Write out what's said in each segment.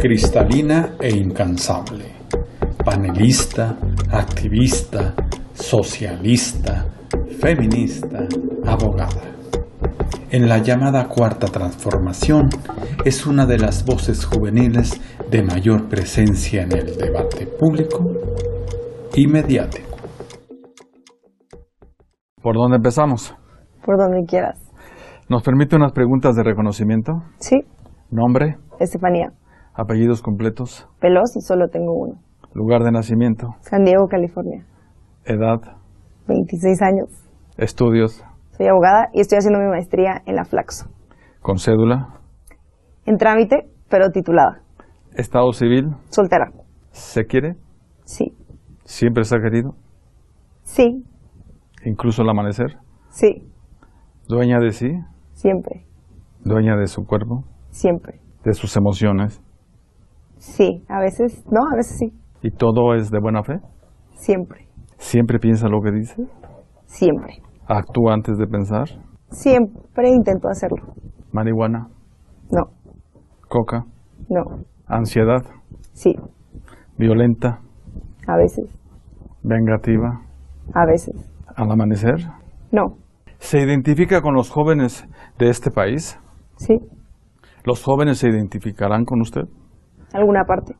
Cristalina e incansable. Panelista, activista, socialista, feminista, abogada. En la llamada Cuarta Transformación es una de las voces juveniles de mayor presencia en el debate público y mediático. ¿Por dónde empezamos? Por donde quieras. ¿Nos permite unas preguntas de reconocimiento? Sí, ¿Nombre? Estefanía. ¿Apellidos completos? Veloz y solo tengo uno. ¿Lugar de nacimiento? San Diego, California. ¿Edad? 26 años. ¿Estudios? Soy abogada y estoy haciendo mi maestría en la Flaxo. ¿Con cédula? En trámite, pero titulada. ¿Estado civil? Soltera. ¿Se quiere? Sí. ¿Siempre se ha querido? Sí. ¿Incluso al amanecer? Sí. ¿Dueña de sí? Siempre. ¿Dueña de su cuerpo? Siempre. ¿De sus emociones? Sí. A veces no, a veces sí. ¿Y todo es de buena fe? Siempre. ¿Siempre piensa lo que dice? Siempre. ¿Actúa antes de pensar? Siempre intento hacerlo. ¿Marihuana? No. ¿Coca? No. ¿Ansiedad? Sí. ¿Violenta? A veces. ¿Vengativa? A veces. ¿Al amanecer? No. ¿Se identifica con los jóvenes de este país? Sí. ¿Los jóvenes se identificarán con usted? Alguna parte.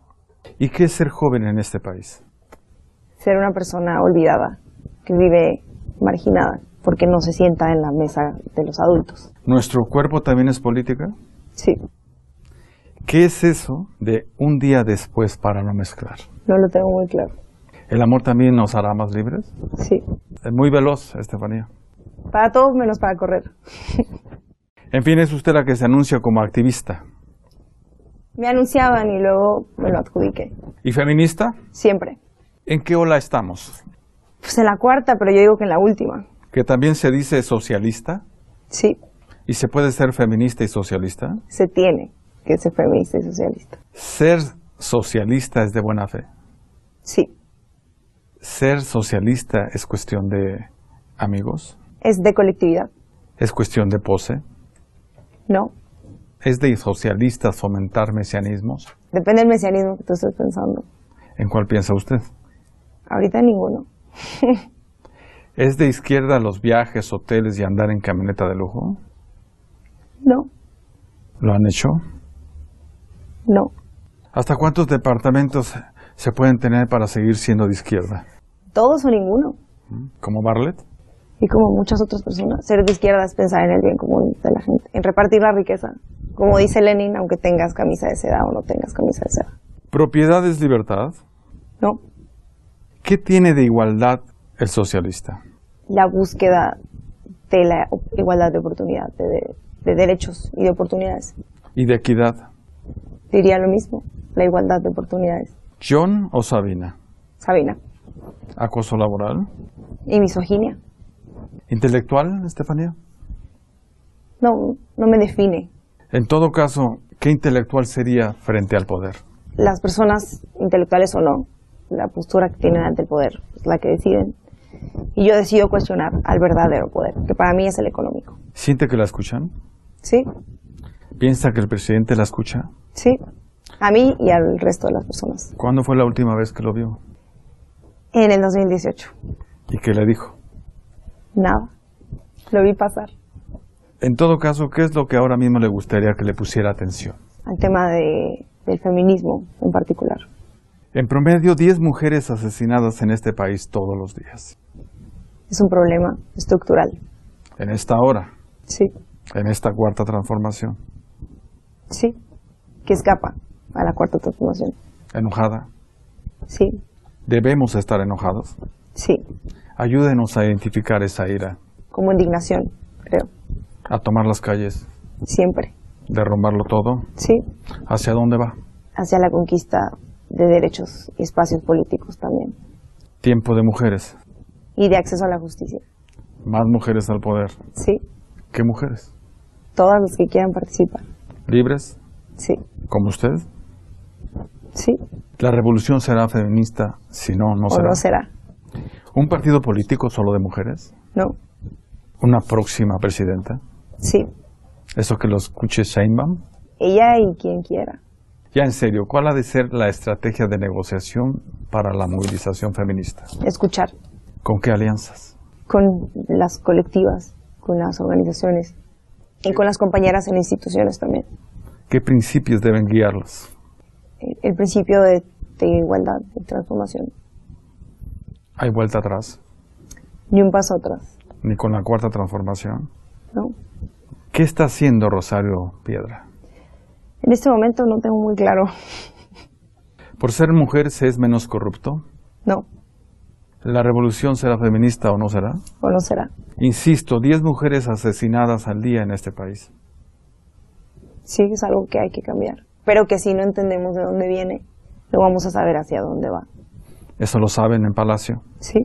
¿Y qué es ser joven en este país? ser una persona olvidada, que vive marginada, porque no se sienta en la mesa de los adultos. ¿Nuestro cuerpo también es política? Sí, ¿Qué es eso de un día después para no mezclar? no lo tengo muy claro. ¿El amor también nos hará más libres? Sí, Es muy veloz, Estefanía. para todo menos para correr. En fin, es usted la que se anuncia como activista. Me anunciaban y luego me lo adjudiqué, ¿Y feminista? siempre. ¿En qué ola estamos? Pues en la cuarta, pero yo digo que en la última. ¿Que también se dice socialista? Sí, ¿Y se puede ser feminista y socialista? se tiene que ser feminista y socialista. ¿Ser socialista es de buena fe? Sí, ¿Ser socialista es cuestión de amigos? es de colectividad, ¿Es cuestión de pose? ¿no? ¿Es de socialistas fomentar mesianismos? Depende del mesianismo que tú estés pensando. ¿En cuál piensa usted? Ahorita ninguno. ¿Es de izquierda los viajes, hoteles y andar en camioneta de lujo? No, ¿Lo han hecho? no. ¿Hasta cuántos departamentos se pueden tener para seguir siendo de izquierda? Todos o ninguno. ¿Como Bartlett? y como muchas otras personas, ser de izquierda es pensar en el bien común de la gente, en repartir la riqueza. Como dice Lenin, aunque tengas camisa de seda o no tengas camisa de seda. ¿Propiedad es libertad? No, ¿Qué tiene de igualdad el socialista? la búsqueda de la op- igualdad de oportunidad, de, de- de derechos y de oportunidades. ¿Y de equidad? Diría lo mismo, la igualdad de oportunidades. ¿John o Sabina? Sabina. ¿Acoso laboral? Y misoginia. ¿Intelectual, Estefanía? No, no me define. En todo caso, ¿qué intelectual sería frente al poder? Las personas intelectuales o no, la postura que tienen ante el poder es la que deciden. Y yo decido cuestionar al verdadero poder, que para mí es el económico. ¿Siente que la escuchan? ¿Sí? ¿Piensa que el presidente la escucha? Sí, a mí y al resto de las personas. ¿Cuándo fue la última vez que lo vio? En el 2018, ¿Y qué le dijo? nada. Lo vi pasar En todo caso, ¿qué es lo que ahora mismo le gustaría que le pusiera atención? al tema de, del feminismo en particular. En promedio, 10 mujeres asesinadas en este país todos los días. Es un problema estructural. En esta hora, Sí, en esta cuarta transformación, sí, que escapa a la cuarta transformación. enojada. Sí, Debemos estar enojados. sí, Ayúdenos a identificar esa ira, como indignación, creo, a tomar las calles, siempre. derrumbarlo todo. Sí, ¿Hacia dónde va? hacia la conquista de derechos y espacios políticos también. Tiempo de mujeres, Y de acceso a la justicia. más mujeres al poder. Sí, ¿Qué mujeres? todas las que quieran participar. ¿Libres? Sí, ¿Como usted? sí, La revolución será feminista, si no, no o será. no será. ¿Un partido político solo de mujeres? No, ¿Una próxima presidenta? sí, ¿Eso que lo escuche Sheinbaum? ella y quien quiera. Ya en serio, ¿cuál ha de ser la estrategia de negociación para la movilización feminista? Escuchar ¿Con qué alianzas? con las colectivas, con las organizaciones y con las compañeras en instituciones también. ¿Qué principios deben guiarlas? El, el principio de, de igualdad, de transformación, ¿Hay vuelta atrás? ni un paso atrás, ¿Ni con la cuarta transformación? ¿no? ¿Qué está haciendo Rosario Piedra? En este momento no tengo muy claro, ¿Por ser mujer se es menos corrupto? no, ¿La revolución será feminista o no será? o no será. Insisto, 10 mujeres asesinadas al día en este país. Sí, es algo que hay que cambiar, pero que si no entendemos de dónde viene, no vamos a saber hacia dónde va, Eso lo saben en Palacio, ¿sí?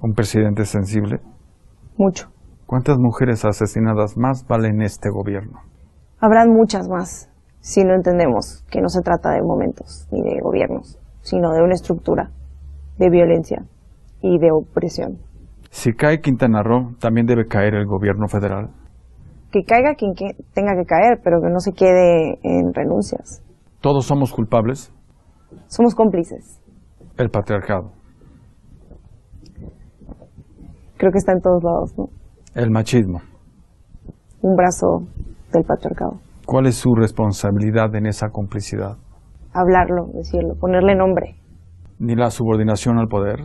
un presidente sensible. Mucho. ¿Cuántas mujeres asesinadas más valen este gobierno? Habrán muchas más si no entendemos que no se trata de momentos ni de gobiernos, sino de una estructura de violencia y de opresión. Si cae Quintana Roo, también debe caer el gobierno federal. Que caiga quien que- tenga que caer, pero que no se quede en renuncias. Todos somos culpables, Somos cómplices. el patriarcado, Creo que está en todos lados, ¿no? el machismo. Un brazo del patriarcado. ¿Cuál es su responsabilidad en esa complicidad? Hablarlo, decirlo, ponerle nombre. ¿Ni la subordinación al poder?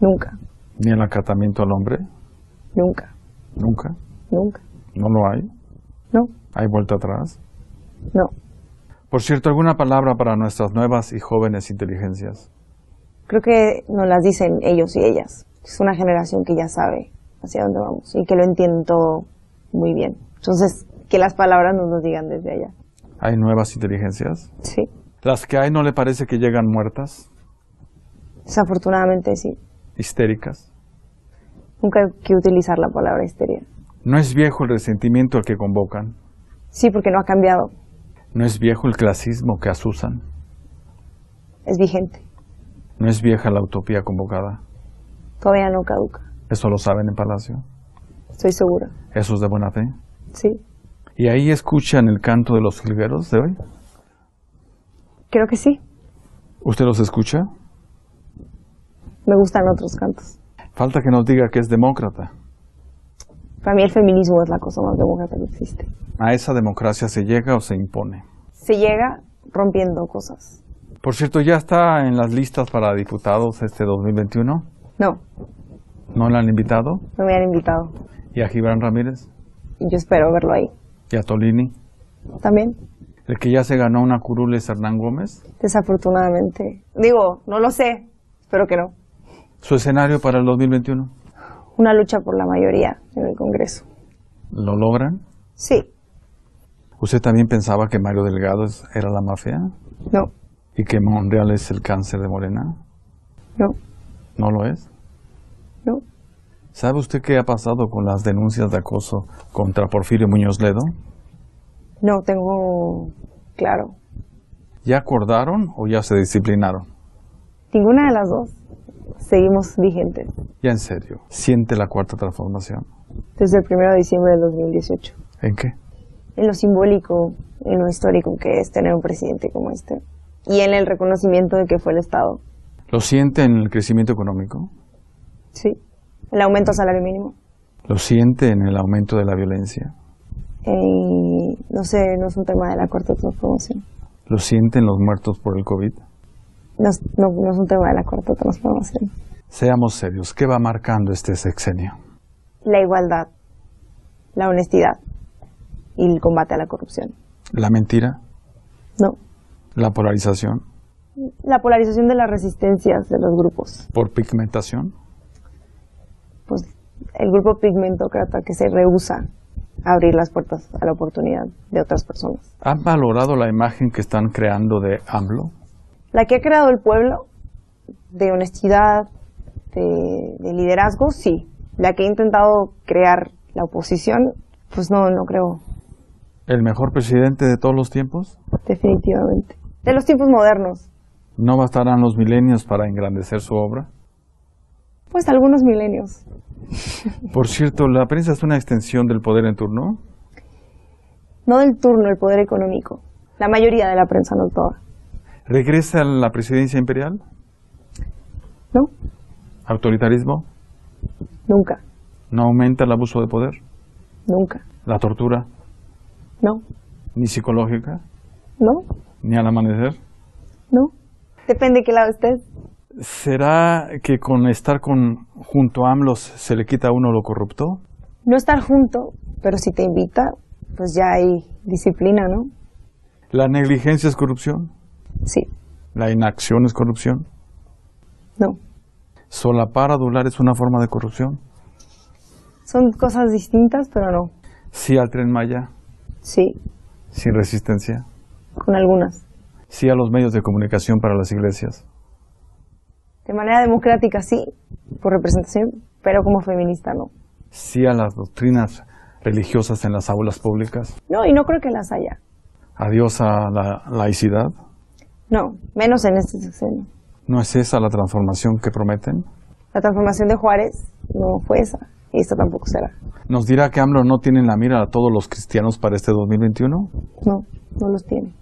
Nunca, ¿Ni el acatamiento al hombre? nunca, Nunca. nunca. No lo hay. No, Hay vuelta atrás. no. Por cierto, ¿alguna palabra para nuestras nuevas y jóvenes inteligencias? Creo que nos las dicen ellos y ellas. Es una generación que ya sabe hacia dónde vamos y que lo entiende todo muy bien. Entonces, que las palabras nos lo digan desde allá. ¿Hay nuevas inteligencias? Sí, ¿Las que hay no le parece que llegan muertas, desafortunadamente sí. histéricas? Nunca hay que utilizar la palabra histeria. ¿No es viejo el resentimiento al que convocan? Sí, porque no ha cambiado. ¿No es viejo el clasismo que asusan? Es vigente. ¿No es vieja la utopía convocada? Todavía no caduca. Eso lo saben en Palacio. Estoy segura. Eso es de buena fe. Sí, ¿Y ahí escuchan el canto de los jilgueros de hoy? creo que sí. ¿Usted los escucha? Me gustan otros cantos. Falta que nos diga que es demócrata. Para mí el feminismo es la cosa más demócrata que existe. ¿A esa democracia se llega o se impone? Se llega rompiendo cosas. Por cierto, ¿ya está en las listas para diputados este 2021? No, ¿No la han invitado? no me han invitado. ¿Y a Gibran Ramírez? Yo espero verlo ahí. ¿Y a Tolini? También, ¿El que ya se ganó una curul es Hernán Gómez? desafortunadamente. Digo, no lo sé. Espero que no. ¿Su escenario para el 2021? Una lucha por la mayoría en el Congreso. ¿Lo logran? Sí, ¿Usted también pensaba que Mario Delgado es- era la mafia? no, ¿Y que Monreal es el cáncer de Morena? no, ¿No lo es? no. ¿Sabe usted qué ha pasado con las denuncias de acoso contra Porfirio Muñoz Ledo? No tengo claro. ¿Ya acordaron o ya se disciplinaron? Ninguna de las dos. Seguimos vigentes Ya en serio, ¿siente la cuarta transformación? desde el 1 de diciembre del 2018. ¿En qué? en lo simbólico, en lo histórico que es tener un presidente como este y en el reconocimiento de que fue el Estado, ¿Lo siente en el crecimiento económico? sí, el aumento al salario mínimo. ¿Lo siente en el aumento de la violencia? Eh, no sé, no es un tema de la cuarta transformación. ¿Lo siente en los muertos por el COVID? No, es- no- no es un tema de la cuarta transformación. Seamos serios, ¿qué va marcando este sexenio? La igualdad, la honestidad y el combate a la corrupción. ¿La mentira? No. ¿La polarización? La polarización de las resistencias de los grupos. ¿Por pigmentación? Pues el grupo pigmentocrata que se rehúsa a abrir las puertas a la oportunidad de otras personas. ¿Han valorado la imagen que están creando de AMLO? la que ha creado el pueblo de honestidad, de, de liderazgo, sí. La que ha intentado crear la oposición, pues no, no creo, ¿El mejor presidente de todos los tiempos? definitivamente. De los tiempos modernos, ¿No bastarán los milenios para engrandecer su obra? pues algunos milenios. Por cierto, ¿la prensa es una extensión del poder en turno? No del turno, el poder económico. La mayoría de la prensa, no toda. ¿Regresa a la presidencia imperial? ¿No? ¿Autoritarismo? Nunca, ¿No aumenta el abuso de poder? nunca. ¿La tortura? No, ¿Ni psicológica? no, ¿Ni al amanecer? no. Depende de qué lado estés. ¿Será que con estar con, junto a AMLOS se le quita a uno lo corrupto? No estar junto, pero si te invita, pues ya hay disciplina, ¿no? ¿La negligencia es corrupción? Sí, ¿La inacción es corrupción? no. ¿Solapar, adular es una forma de corrupción? Son cosas distintas, pero no. ¿Sí al Tren Maya? Sí, ¿Sí resistencia? con algunas. ¿Sí a los medios de comunicación para las iglesias? De manera democrática, sí, por representación, pero como feminista, no. ¿Sí a las doctrinas religiosas en las aulas públicas? No, y no creo que las haya. ¿Adiós a la laicidad? No, menos en este sexenio. ¿No es esa la transformación que prometen? La transformación de Juárez no fue esa, y esta tampoco será. ¿Nos dirá que AMLO no tiene en la mira a todos los cristianos para este 2021? No, no los tiene.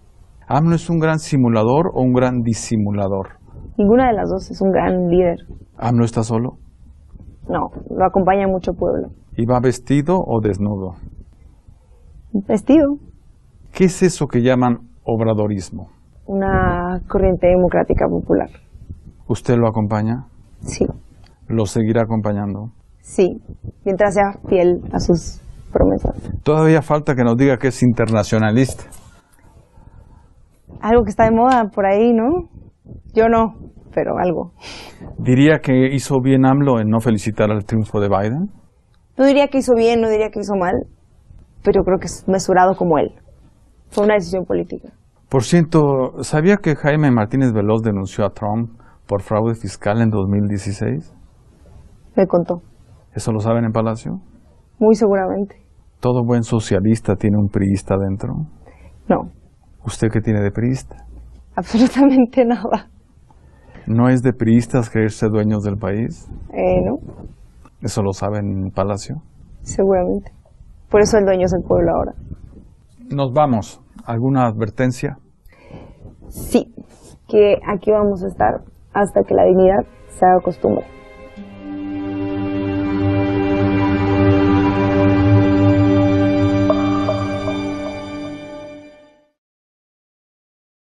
¿AMLO es un gran simulador o un gran disimulador? Ninguna de las dos es un gran líder. ¿AMLO está solo? No, lo acompaña mucho pueblo. ¿Y va vestido o desnudo? Vestido, ¿Qué es eso que llaman obradorismo? una corriente democrática popular. ¿Usted lo acompaña? Sí, ¿Lo seguirá acompañando? sí, mientras sea fiel a sus promesas. Todavía falta que nos diga que es internacionalista. Algo que está de moda por ahí, ¿no? Yo no, pero algo. ¿Diría que hizo bien AMLO en no felicitar al triunfo de Biden? No diría que hizo bien, no diría que hizo mal, pero creo que es mesurado como él. Fue una decisión política. Por cierto, ¿sabía que Jaime Martínez Veloz denunció a Trump por fraude fiscal en 2016? Me contó, ¿Eso lo saben en Palacio? muy seguramente. Todo buen socialista tiene un priista dentro. No, ¿Usted qué tiene de priista? absolutamente nada. ¿No es de priistas creerse dueños del país? Eh, no, ¿Eso lo saben en Palacio? seguramente. Por eso el dueño es el pueblo ahora. Nos vamos. ¿Alguna advertencia? Sí, que aquí vamos a estar hasta que la dignidad se haga costumbre.